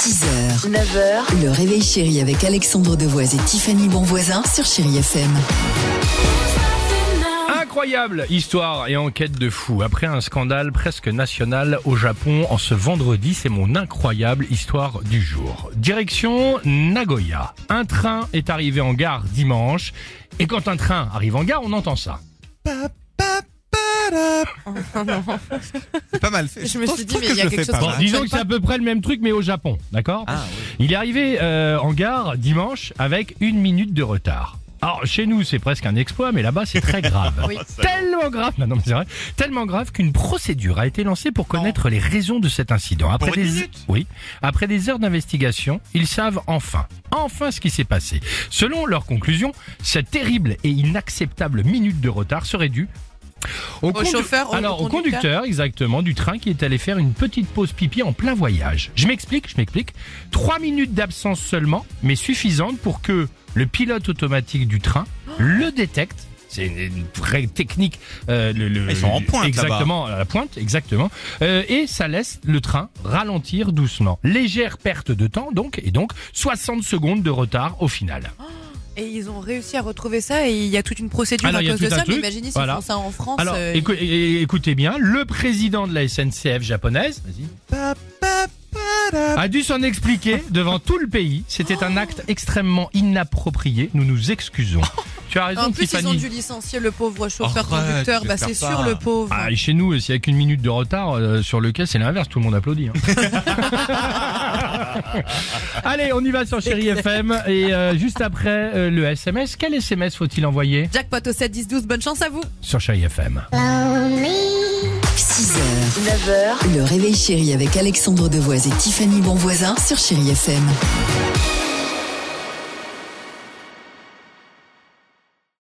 6h, 9h, le réveil chéri avec Alexandre Devoise et Tiffany Bonvoisin sur Chéri FM. Incroyable histoire et enquête de fou. Après un scandale presque national au Japon, en ce vendredi, c'est mon incroyable histoire du jour. Direction Nagoya. Un train est arrivé en gare dimanche. Et quand un train arrive en gare, on entend ça. C'est pas mal fait. Je me trouve- suis dit, trouve mais que il y a je le quelque chose fais pas qui Bon, mal. disons que c'est à peu près le même truc, mais au Japon. D'accord Il est arrivé euh, en gare dimanche avec une minute de retard. Alors, chez nous, c'est presque un exploit, mais là-bas, c'est très grave. Oui. Tellement grave, non, non, mais c'est vrai, tellement grave qu'une procédure a été lancée pour connaître les raisons de cet incident. Après Pour une des, minute oui, après des heures d'investigation, ils savent enfin, enfin ce qui s'est passé. Selon leur conclusion, cette terrible et inacceptable minute de retard serait due au, condu- chauffeur, au alors au conducteur. conducteur exactement du train qui est allé faire une petite pause pipi en plein voyage. Je m'explique, je m'explique. Trois minutes d'absence seulement, mais suffisantes pour que le pilote automatique du train le détecte. C'est une, une vraie technique. euh, le- le- Ils sont en pointe, Exactement, à la pointe, exactement. Euh, et ça laisse le train ralentir doucement. Légère perte de temps donc, et donc 60 secondes de retard au final. Et ils ont réussi à retrouver ça et il y a toute une procédure Alors, à Ah il y a cause de tout un ça. Mais truc, imaginez s'ils voilà. font ça en France. Alors, euh, écou- é- écoutez bien, le président de la SNCF japonaise vas-y, a dû s'en expliquer devant tout le pays. C'était un acte extrêmement inapproprié. Nous nous excusons. Tu as raison, en plus, ils Tiffany. ont dû licencier le pauvre chauffeur Arrête conducteur. de Bah, faire c'est ça. sûr, le pauvre. Ah, et chez nous, euh, s'il n'y a qu'une minute de retard euh, sur le quai, c'est l'inverse, tout le monde applaudit. hein. Allez, on y va sur Chéri FM et euh, juste après euh, le SMS, quel SMS faut-il envoyer Jackpot au 7 10 12. Bonne chance à vous. sur Chéri FM 6h, 9h, le réveil chéri avec Alexandre Devoise et Tiffany Bonvoisin sur Chéri FM.